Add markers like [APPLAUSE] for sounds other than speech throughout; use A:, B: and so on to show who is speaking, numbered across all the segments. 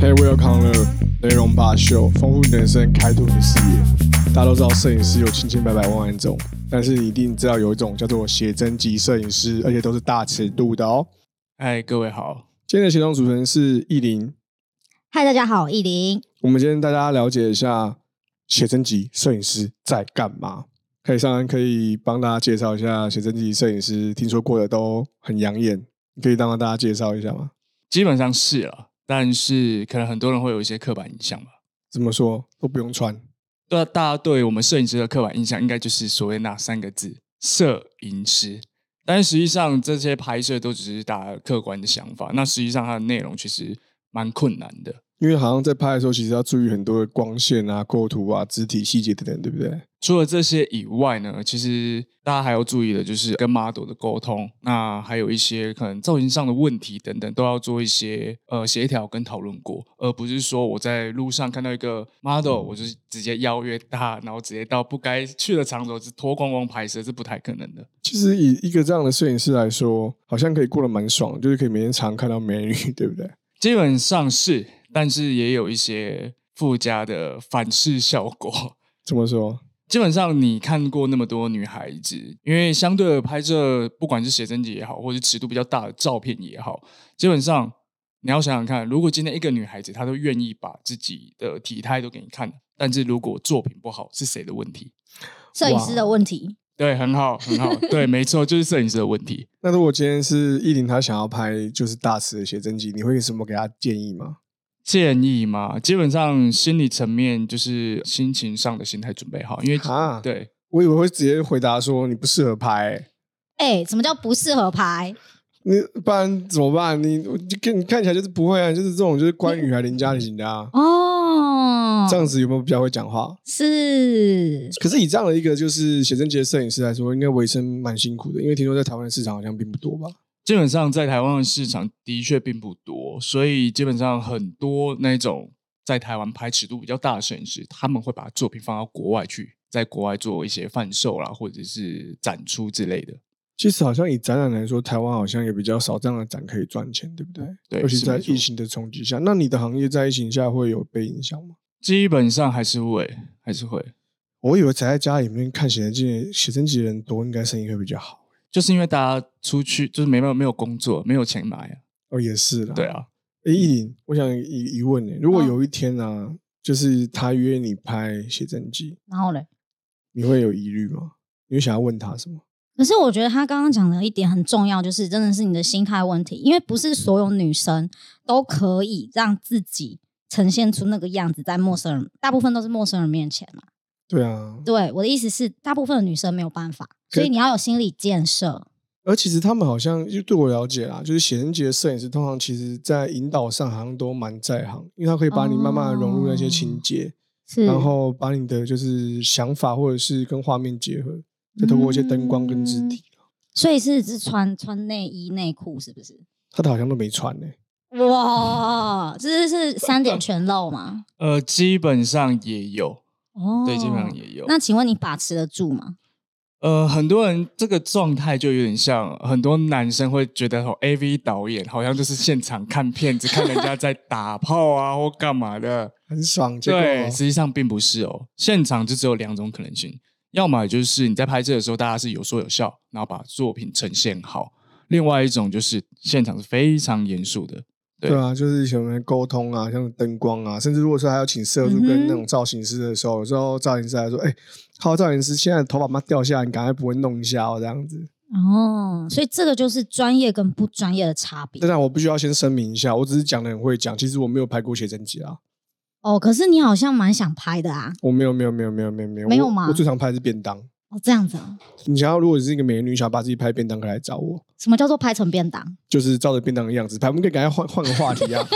A: Hey welcome 的内容吧秀，丰富你的人生，开拓你的视野。大家都知道摄影师有千千百百万万种，但是你一定知道有一种叫做写真集摄影师，而且都是大尺度的哦。
B: 嗨，哎各位好。
A: 今天的协同主持人是意林，
C: 嗨，大家好，意林。
A: 我们今天大家了解一下写真集摄影师在干嘛。可以上岸，可以帮大家介绍一下写真集摄影师，听说过的都很养眼，你可以帮大家介绍一下吗？
B: 基本上是了，但是可能很多人会有一些刻板印象吧。
A: 怎么说都不用穿，
B: 对啊，大家对我们摄影师的刻板印象，应该就是所谓那三个字“摄影师”。但实际上，这些拍摄都只是大家客观的想法。那实际上，它的内容其实蛮困难的。
A: 因为好像在拍的时候，其实要注意很多的光线啊、构图啊、肢体细节等等，对不对？
B: 除了这些以外呢，其实大家还要注意的就是跟 model 的沟通，那还有一些可能造型上的问题等等，都要做一些呃协调跟讨论过，而不是说我在路上看到一个 model，我就是直接邀约他，然后直接到不该去的场所是脱光光拍摄，是不太可能的。
A: 其实以一个这样的摄影师来说，好像可以过得蛮爽，就是可以每天常看到美女，对不对？
B: 基本上是，但是也有一些附加的反噬效果。
A: 怎么说？
B: 基本上你看过那么多女孩子，因为相对的拍摄，不管是写真集也好，或者是尺度比较大的照片也好，基本上你要想想看，如果今天一个女孩子她都愿意把自己的体态都给你看，但是如果作品不好，是谁的问题？
C: 摄影师的问题，
B: 对，很好，很好，对，没错，就是摄影师的问题。
A: 那如果今天是依林，她想要拍就是大尺的写真集，你会有什么给她建议吗？
B: 建议嘛，基本上心理层面就是 [CLEARS THROAT] 心情上的心态准备好，因为
A: 啊，，
B: 对，
A: 我以为会直接回答说你不适合拍、欸
C: 哎、什么叫不适合拍？
A: 你不然怎么办？你我就看你看起来就是不会啊，就是这种就是乖女孩邻家型的啊，
C: 哦，
A: 这样子有没有比较会讲话？
C: 是
A: 可是以这样的一个就是写真集的摄影师来说，应该维生蛮辛苦的，因为听说在台湾的市场好像并不多吧？
B: 基本上在台湾的市场的确并不多，所以基本上很多那种在台湾拍尺度比较大的摄影师，他们会把作品放到国外去，在国外做一些贩售啦，或者是展出之类的。
A: 其实好像以展览来说，台湾好像也比较少这样的展可以赚钱，对不对？
B: 对
A: 尤其
B: 是
A: 在
B: 没错
A: 疫情的冲击下，那你的行业在疫情下会有被影响吗？
B: 基本上还是会，还是会，
A: 我以为宅在家里面看写真集，写真集的人多，应该生意会比较好。
B: 就是因为大家出去就是没办法没有工作，没有钱买啊。
A: 哦，也是啦。
B: 对啊，
A: 诶，依林，我想疑疑问呢、如果
C: 哦
A: 有一天呢、啊，就是他约你拍写真集，
C: 然后呢？
A: 你会有疑虑吗？你会想要问他什么？
C: 可是我觉得他刚刚讲的一点很重要，就是真的是你的心态问题，因为不是所有女生都可以让自己呈现出那个样子，在陌生人，大部分都是陌生人面前嘛。
A: 对啊，
C: 对，我的意思是，大部分的女生没有办法，
A: 可
C: 所以你要有心理建设。
A: 而其实他们好像就对我了解啦，就是写真集的摄影师通常其实在引导上好像都蛮在行，因为他可以把你慢慢的融入那些情节，
C: 哦是
A: 然后把你的就是想法或者是跟画面结合，再透过一些灯光跟肢体。
C: 嗯所以是只穿穿内衣内裤，是不是？
A: 他的好像都没穿呢、
C: 哇，
B: [LAUGHS]
C: 这是三点全露吗？
B: 呃，基本上也有，
C: 哦，
B: 对，基本上也有。
C: 那请问你把持得住吗？
B: 呃，很多人这个状态就有点像很多男生会觉得哦，A V 导演好像就是现场看片子，看人家在打炮啊或干嘛的。
A: 很爽。结果
B: 对，实际上并不是哦，现场就只有两种可能性，要么就是你在拍摄的时候大家是有说有笑，然后把作品呈现好；另外一种就是现场是非常严肃的，对
A: 对啊，就是什么沟通啊，像灯光啊，甚至如果说还要请摄助
C: 嗯
A: 跟
C: 哼
A: 那种造型师的时候，有时候造型师还说：“哎、好，造型师现在头发妈掉下来，你赶快不会弄一下哦，这样子。
C: 哦，所以这个就是专业跟不专业的差”别
A: 当然，我必须要先声明一下，我只是讲的很会讲，其实我没有拍过写真集啊，
C: 哦。可是你好像蛮想拍的啊，
A: 我没有，没有，没有，没有，没有，没有，
C: 没有
A: 我
C: 吗
A: 我最常拍的是便当。
C: 哦这样子啊？
A: 你想要，如果你是一个美女，想要把自己拍便当，可以来找我，
C: 什么叫做拍成便当？
A: 就是照着便当的样子拍。我们可以赶快换换个话题
C: [LAUGHS]
A: 啊。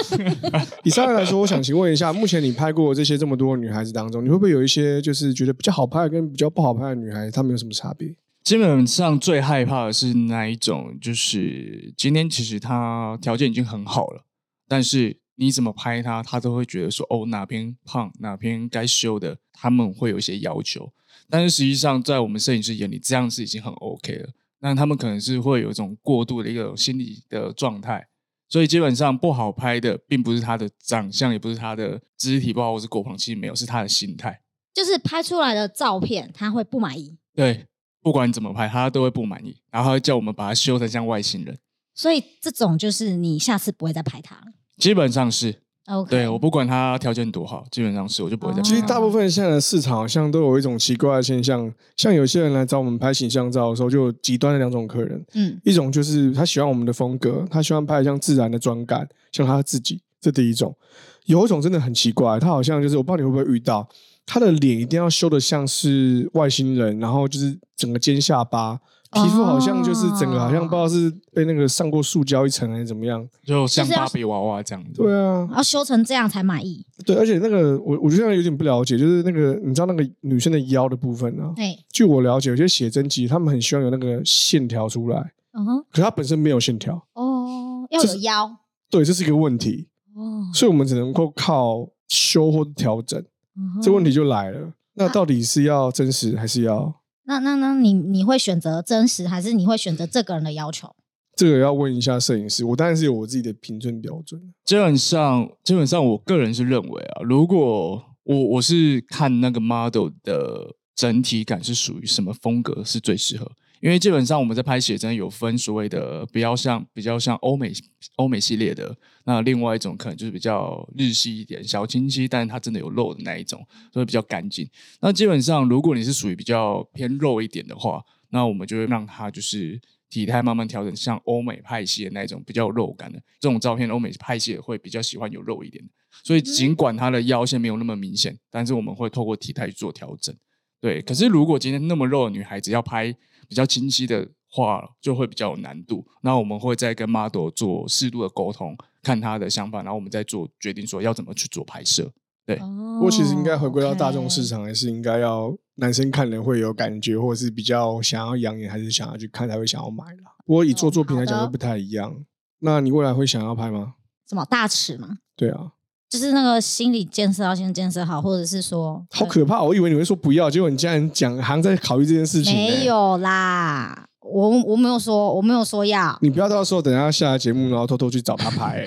A: 以上来说，我想请问一下，目前你拍过这些这么多女孩子当中，你会不会有一些就是觉得比较好拍的跟比较不好拍的女孩子，她们有什么差别？
B: 基本上最害怕的是那一种，就是今天其实他条件已经很好了，但是你怎么拍他，他都会觉得说哦哪边胖哪边该修的，他们会有一些要求。但是实际上，在我们摄影师眼里，这样是已经很 OK 了。但他们可能是会有一种过度的一个心理的状态，所以基本上不好拍的，并不是他的长相，也不是他的肢体不好或是过胖，其实没有，是他的心态。
C: 就是拍出来的照片他会不满意，
B: 对，不管怎么拍，他都会不满意，然后他会叫我们把他修成像外星人。
C: 所以这种就是你下次不会再拍他了。
B: 基本上是
C: OK，
B: 对我不管他条件多好，基本上是我就不会再拍他。
A: 其实大部分现在的市场好像都有一种奇怪的现象，像有些人来找我们拍形象照的时候，就有极端的两种客人，
C: 嗯，
A: 一种就是他喜欢我们的风格，他喜欢拍得像自然的妆感，像他自己，这第一种。有一种真的很奇怪，他好像就是我不知道你会不会遇到，他的脸一定要修的像是外星人，然后就是整个尖下巴，皮肤好像就是整个好像不知道是被那个上过塑胶一层还是怎么样。
B: 就像
C: 就是要
B: 芭比娃娃这样子。
A: 对啊，
C: 要修成这样才满意。
A: 对，而且那个我我就现在有点不了解，就是那个你知道那个女生的腰的部分啊，
C: 对，
A: 据我了解，有些写真集他们很希望有那个线条出来，
C: 哦
A: 可是它本身没有线条，
C: 哦，要
A: 这
C: 有
A: 是
C: 腰
A: 对，这是一个问题。
C: 哦，
A: 所以我们只能够靠修或调整，
C: 嗯
A: 这问题
C: 哼。
A: 就来了。那到底是要真实还是要
C: 那那那你你会选择真实，还是你会选择这个人的要求？
A: 这个要问一下摄影师？我当然是有我自己的评论标准。
B: 基本上，基本上，我个人是认为啊，如果我我是看那个 model 的整体感是属于什么风格是最适合，因为基本上我们在拍写真有分所谓的比较像比较像欧美欧美系列的，那另外一种可能就是比较日系一点小清晰，但是它真的有肉的那一种，所以比较干净。那基本上，如果你是属于比较偏肉一点的话，那我们就会让它就是体态慢慢调整，像欧美派系的那种比较有肉感的这种照片，欧美派系的会比较喜欢有肉一点的。所以尽管它的腰线没有那么明显，但是我们会透过体态去做调整。对，可是如果今天那么肉的女孩子要拍比较清晰的话，就会比较有难度。那我们会再跟 model 做适度的沟通，看她的想法，然后我们再做决定，说要怎么去做拍摄。对
C: 哦
A: 不过其实应该回归到大众市
C: OK
A: 场，还是应该要男生看了会有感觉，或者是比较想要养眼，还是想要去看才会想要买啦。不过以做作品来讲
C: 哦好的
A: 就不太一样。那你未来会想要拍吗？
C: 什么大尺嘛，
A: 对啊，
C: 就是那个心理建设要先建设好，或者是说
A: 好可怕！我以为你会说不要，结果你竟然讲好像在考虑这件事情、
C: 没，有啦，我我没有说，我没有说要，
A: 你不要到时候等一下下了节目，然后偷偷去找他拍、欸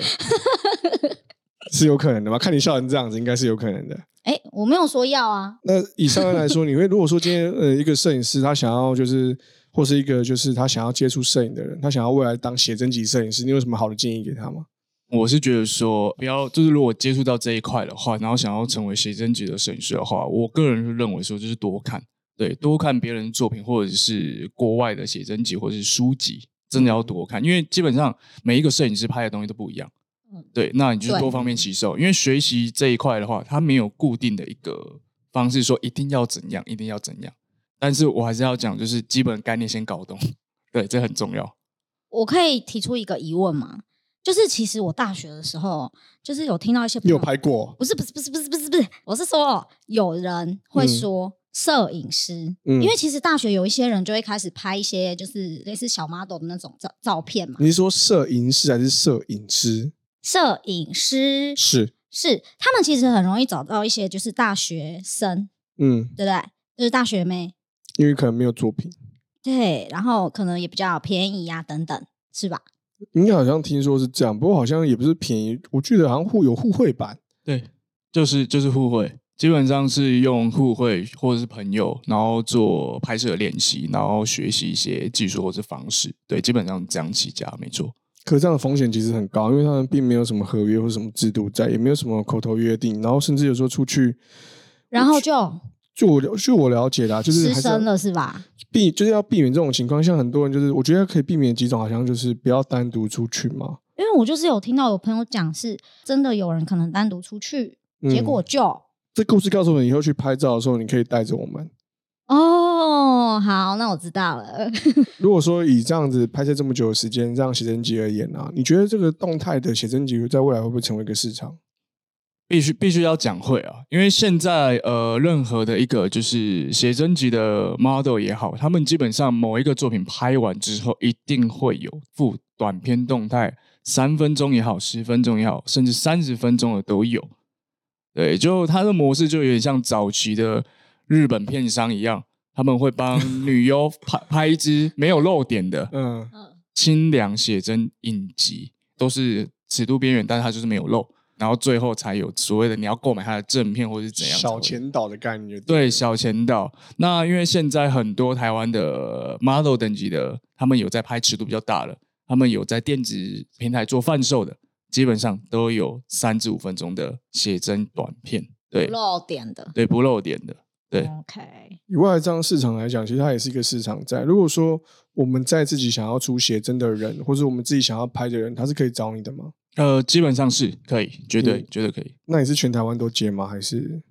A: 是有可能的吗？看你笑成这样子，应该是有可能的。
C: 哎、我没有说要啊，
A: 那以上面来说，你会如果说今天呃一个摄影师他想要就是，或是一个就是他想要接触摄影的人，他想要未来当写真集摄影师，你有什么好的建议给他吗？
B: 我是觉得说，不要就是如果接触到这一块的话，然后想要成为写真集的摄影师的话，我个人是认为说，就是多看，对，多看别人的作品，或者是国外的写真集，或者是书籍，真的要多看，因为基本上每一个摄影师拍的东西都不一样
C: 嗯。
B: 对，那你就是
C: 对
B: 多方面吸收，因为学习这一块的话，它没有固定的一个方式，说一定要怎样，一定要怎样。但是我还是要讲，就是基本概念先搞懂，对，这很重要。
C: 我可以提出一个疑问吗？就是其实我大学的时候，就是有听到一些朋
A: 你
C: 友
A: 有拍过？
C: 不是不是不是不是不是不是，我是说有人会说摄影师，
A: 嗯
C: 因为其实大学有一些人就会开始拍一些就是类似小 model 的那种照照片嘛。
A: 你是说摄影师还是摄影师？
C: 摄影师
A: 是，
C: 是他们其实很容易找到一些就是大学生，
A: 嗯，
C: 对不对？就是大学妹，
A: 因为可能没有作品。
C: 对，然后可能也比较便宜啊，等等，是吧？
A: 应该好像听说是这样，不过好像也不是便宜，我记得好像互有互惠版。
B: 对，就是就是互惠，基本上是用互惠或者是朋友，然后做拍摄的练习，然后学习一些技术或是方式。对，基本上这样起家，没错。
A: 可这样的风险其实很高，因为他们并没有什么合约或什么制度在，也没有什么口头约定，然后甚至有时候出去，
C: 然后就
A: 就我了，据我了解啦，就是
C: 失
A: 还是要
C: 身了，是吧？
A: 避就是要避免这种情况。像很多人就是，我觉得可以避免几种，好像就是不要单独出去嘛。
C: 因为我就是有听到有朋友讲，是真的有人可能单独出去，
A: 嗯
C: 结果就
A: 这故事告诉我们，以后去拍照的时候，你可以带着我们。
C: 哦，好，那我知道了。
A: 如果说以这样子拍摄这么久的时间，这样写真集而言啊，你觉得这个动态的写真集在未来会不会成为一个市场？
B: 必须必须要讲会啊，因为现在呃，任何的一个就是写真集的 model 也好，他们基本上某一个作品拍完之后，一定会有附短片动态，三分钟也好，十分钟也好，甚至三十分钟的都有。对，就它的模式就有点像早期的日本片商一样，他们会帮女优拍拍一支没有露点的
A: 嗯，
C: 嗯
B: 清凉写真影集。都是尺度边缘，但是它就是没有漏，然后最后才有所谓的你要购买它的正片或是怎样才会。
A: 小前导的概念就
B: 对
A: 了
B: 小前导，那因为现在很多台湾的 model 等级的，他们有在拍尺度比较大了，他们有在电子平台做贩售的，基本上都有三至五分钟的写真短片，对
C: 漏点的。
B: 对，不露点的，对
C: OK，
A: 以外这样市场来讲，其实它也是一个市场在。如果说我们在自己想要出写真的人，或者我们自己想要拍的人，他是可以找你的吗？
B: 呃，基本上是可以，绝对、
A: 嗯
B: 绝对可以，
A: 那你是全台湾都接吗？还是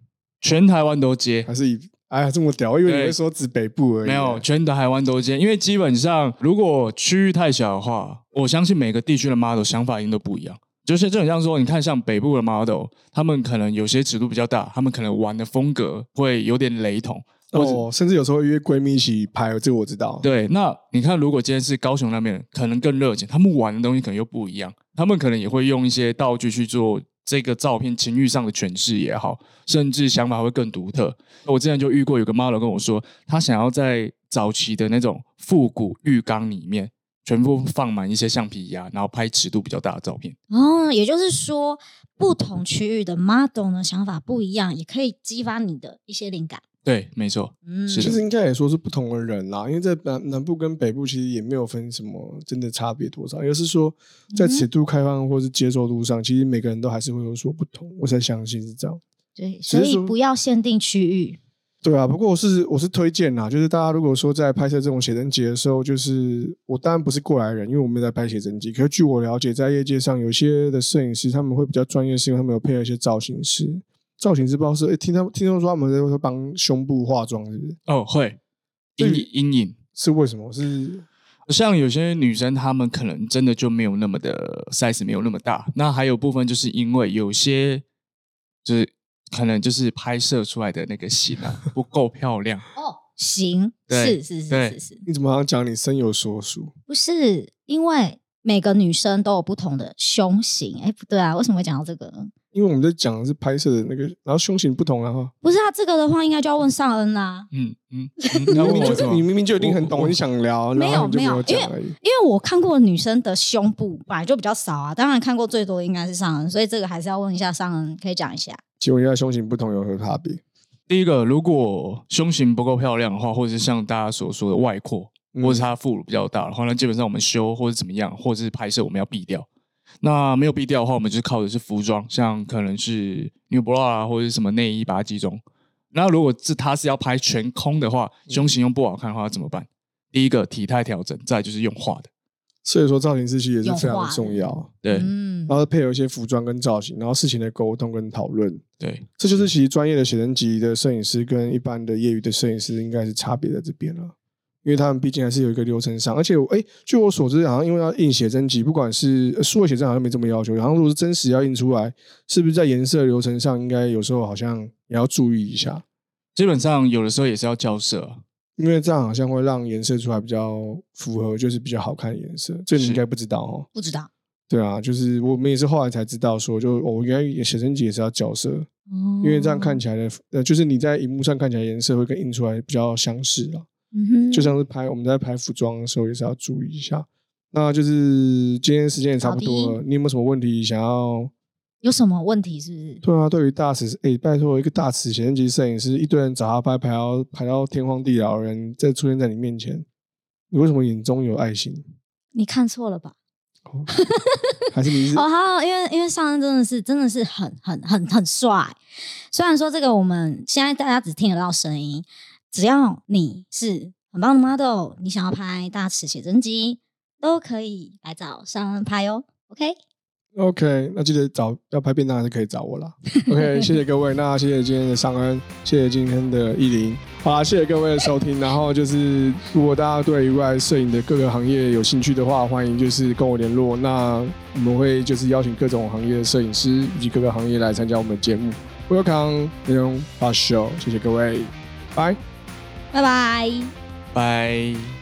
B: 全台湾都接
A: 还，是以哎呀这么屌？因为你
B: 对
A: 会说指北部而已。啊
B: 没有，全台湾都接，因为基本上如果区域太小的话，我相信每个地区的 model 想法一定都不一样。就是这种像说，你看像北部的 model，他们可能有些尺度比较大，他们可能玩的风格会有点雷同。或者
A: 哦，甚至有时候会约闺蜜一起拍，这个我知道。，
B: 对，那你看，如果今天是高雄那边，可能更热情，他们玩的东西可能又不一样，他们可能也会用一些道具去做这个照片情欲上的诠释也好，甚至想法会更独特。我之前就遇过有个 model 跟我说，他想要在早期的那种复古浴缸里面，全部放满一些橡皮鸭，然后拍尺度比较大的照片。
C: 哦，也就是说，不同区域的 model 呢想法不一样，也可以激发你的一些灵感。
B: 对，没错，
C: 嗯，
B: 是
A: 其
B: 的
A: 实应该也说是不同的人啦，因为在南南部跟北部其实也没有分什么真的差别多少，而是说在
C: 嗯
A: 尺度开放或是接受度上，其实每个人都还是会有所不同。我才相信是这样。
C: 对，
A: 只
C: 所
A: 是
C: 以
A: 说
C: 不要限定区域。
A: 对啊，不过我是我是推荐啦，就是大家如果说在拍摄这种写真集的时候，就是我当然不是过来人，因为我没有在拍写真集。可是据我了解，在业界上有些的摄影师他们会比较专业，是因为他们有配合一些造型师。造型师不知道是诶听他们听说他们都会帮胸部化妆，是不是？
B: 哦，会
A: 对
B: 阴影阴影。
A: 是为什么？是
B: 像有些女生，她们可能真的就没有那么的 size 没有那么大。那还有部分就是因为有些就是可能就是拍摄出来的那个型啊不够漂亮。
C: 哦，行，
B: 对
C: 是是是
B: 对
C: 是是，
A: 你怎么好像讲你身有所属？
C: 不是因为每个女生都有不同的胸型？哎，不对啊，为什么会讲到这个呢？
A: 因为我们在讲的是拍摄的那个，然后胸型不同然后
C: 不是啊，这个的话应该就要问尚恩啊啦、
B: 嗯嗯，嗯要
A: 你明
B: 问我
A: 明
B: 什
A: 就你
B: 么？
A: 明明就一定很
B: 我
A: 懂，
B: 我
A: 你想聊，
C: 没
A: 然后
C: 有
A: 你就
C: 没
A: 没
C: 有
A: 有
C: 因为
A: 讲而已。
C: 因为我看过的女生的胸部本来就比较少啊，当然看过最多的应该是尚恩，所以这个还是要问一下尚恩，可以讲一下。
A: 请问一下，胸型不同有何差别？
B: 第一个，如果胸型不够漂亮的话，或者是像大家所说的外扩，
A: 嗯
B: 或者是她副乳比较大的话，那基本上我们修或者怎么样，或者是拍摄我们要避掉。那没有避掉的话，我们就是靠的是服装，像可能是 new bra 啊，或者是什么内衣把它集中。那如果是她是要拍全空的话，胸型又不好看的话怎么办？第一个体态调整，再来就是用画的，
A: 所以说造型师其实也是非
C: 用
A: 常
C: 画的
A: 重要，
B: 对、
C: 嗯
A: 然后配合一些服装跟造型，然后事情的沟通跟讨论，
B: 对，
A: 这
C: 嗯
A: 就是其实专业的写真集的摄影师跟一般的业余的摄影师应该是差别在这边了。因为他们毕竟还是有一个流程上，而且我哎，据我所知，好像因为要印写真集，不管是呃数位写真好像没这么要求，然后如果是真实要印出来，是不是在颜色流程上，应该有时候好像也要注意一下，
B: 基本上有的时候也是要校色啊，
A: 因为这样好像会让颜色出来比较符合，就是比较好看的颜色。这你
B: 是
A: 应该不知道哦。
C: 不知道。
A: 对啊，就是我们也是后来才知道说，就我原来写真集也是要校色，
C: 因
A: 因为这样看起来的，呃，就是你在荧幕上看起来颜色会跟印出来比较相似啊。
C: 嗯哼，
A: 就像是拍我们在拍服装的时候也是要注意一下。那就是今天时间也差不多
C: 好
A: 了，你有没有什么问题想要？
C: 有什么问题是不是？
A: 对啊，对于大尺，哎、拜托一个大尺写真集摄影师，一堆人找他拍，拍到拍到天荒地老的人再出现在你面前，你为什么眼中有爱心？
C: 你看错了吧？
A: 哦还是你是
C: 哦，好，因为因为上恩真的是真的是很很很很帅。虽然说这个我们现在大家只听得到声音，只要你是很棒的 model，你想要拍大尺写真集，都可以来找上恩拍哦。OK，
A: OK，那记得找要拍便当还是可以找我啦。OK，谢谢各位，那谢谢今天的尚恩，谢谢今天的依林，好啦，谢谢各位的收听。然后就是，如果大家对于外摄影的各个行业有兴趣的话，欢迎就是跟我联络。那我们会就是邀请各种行业的摄影师以及各个行业来参加我们的节目。Welcome，内容发 show，谢谢各位，拜。
C: 拜拜。
B: 拜。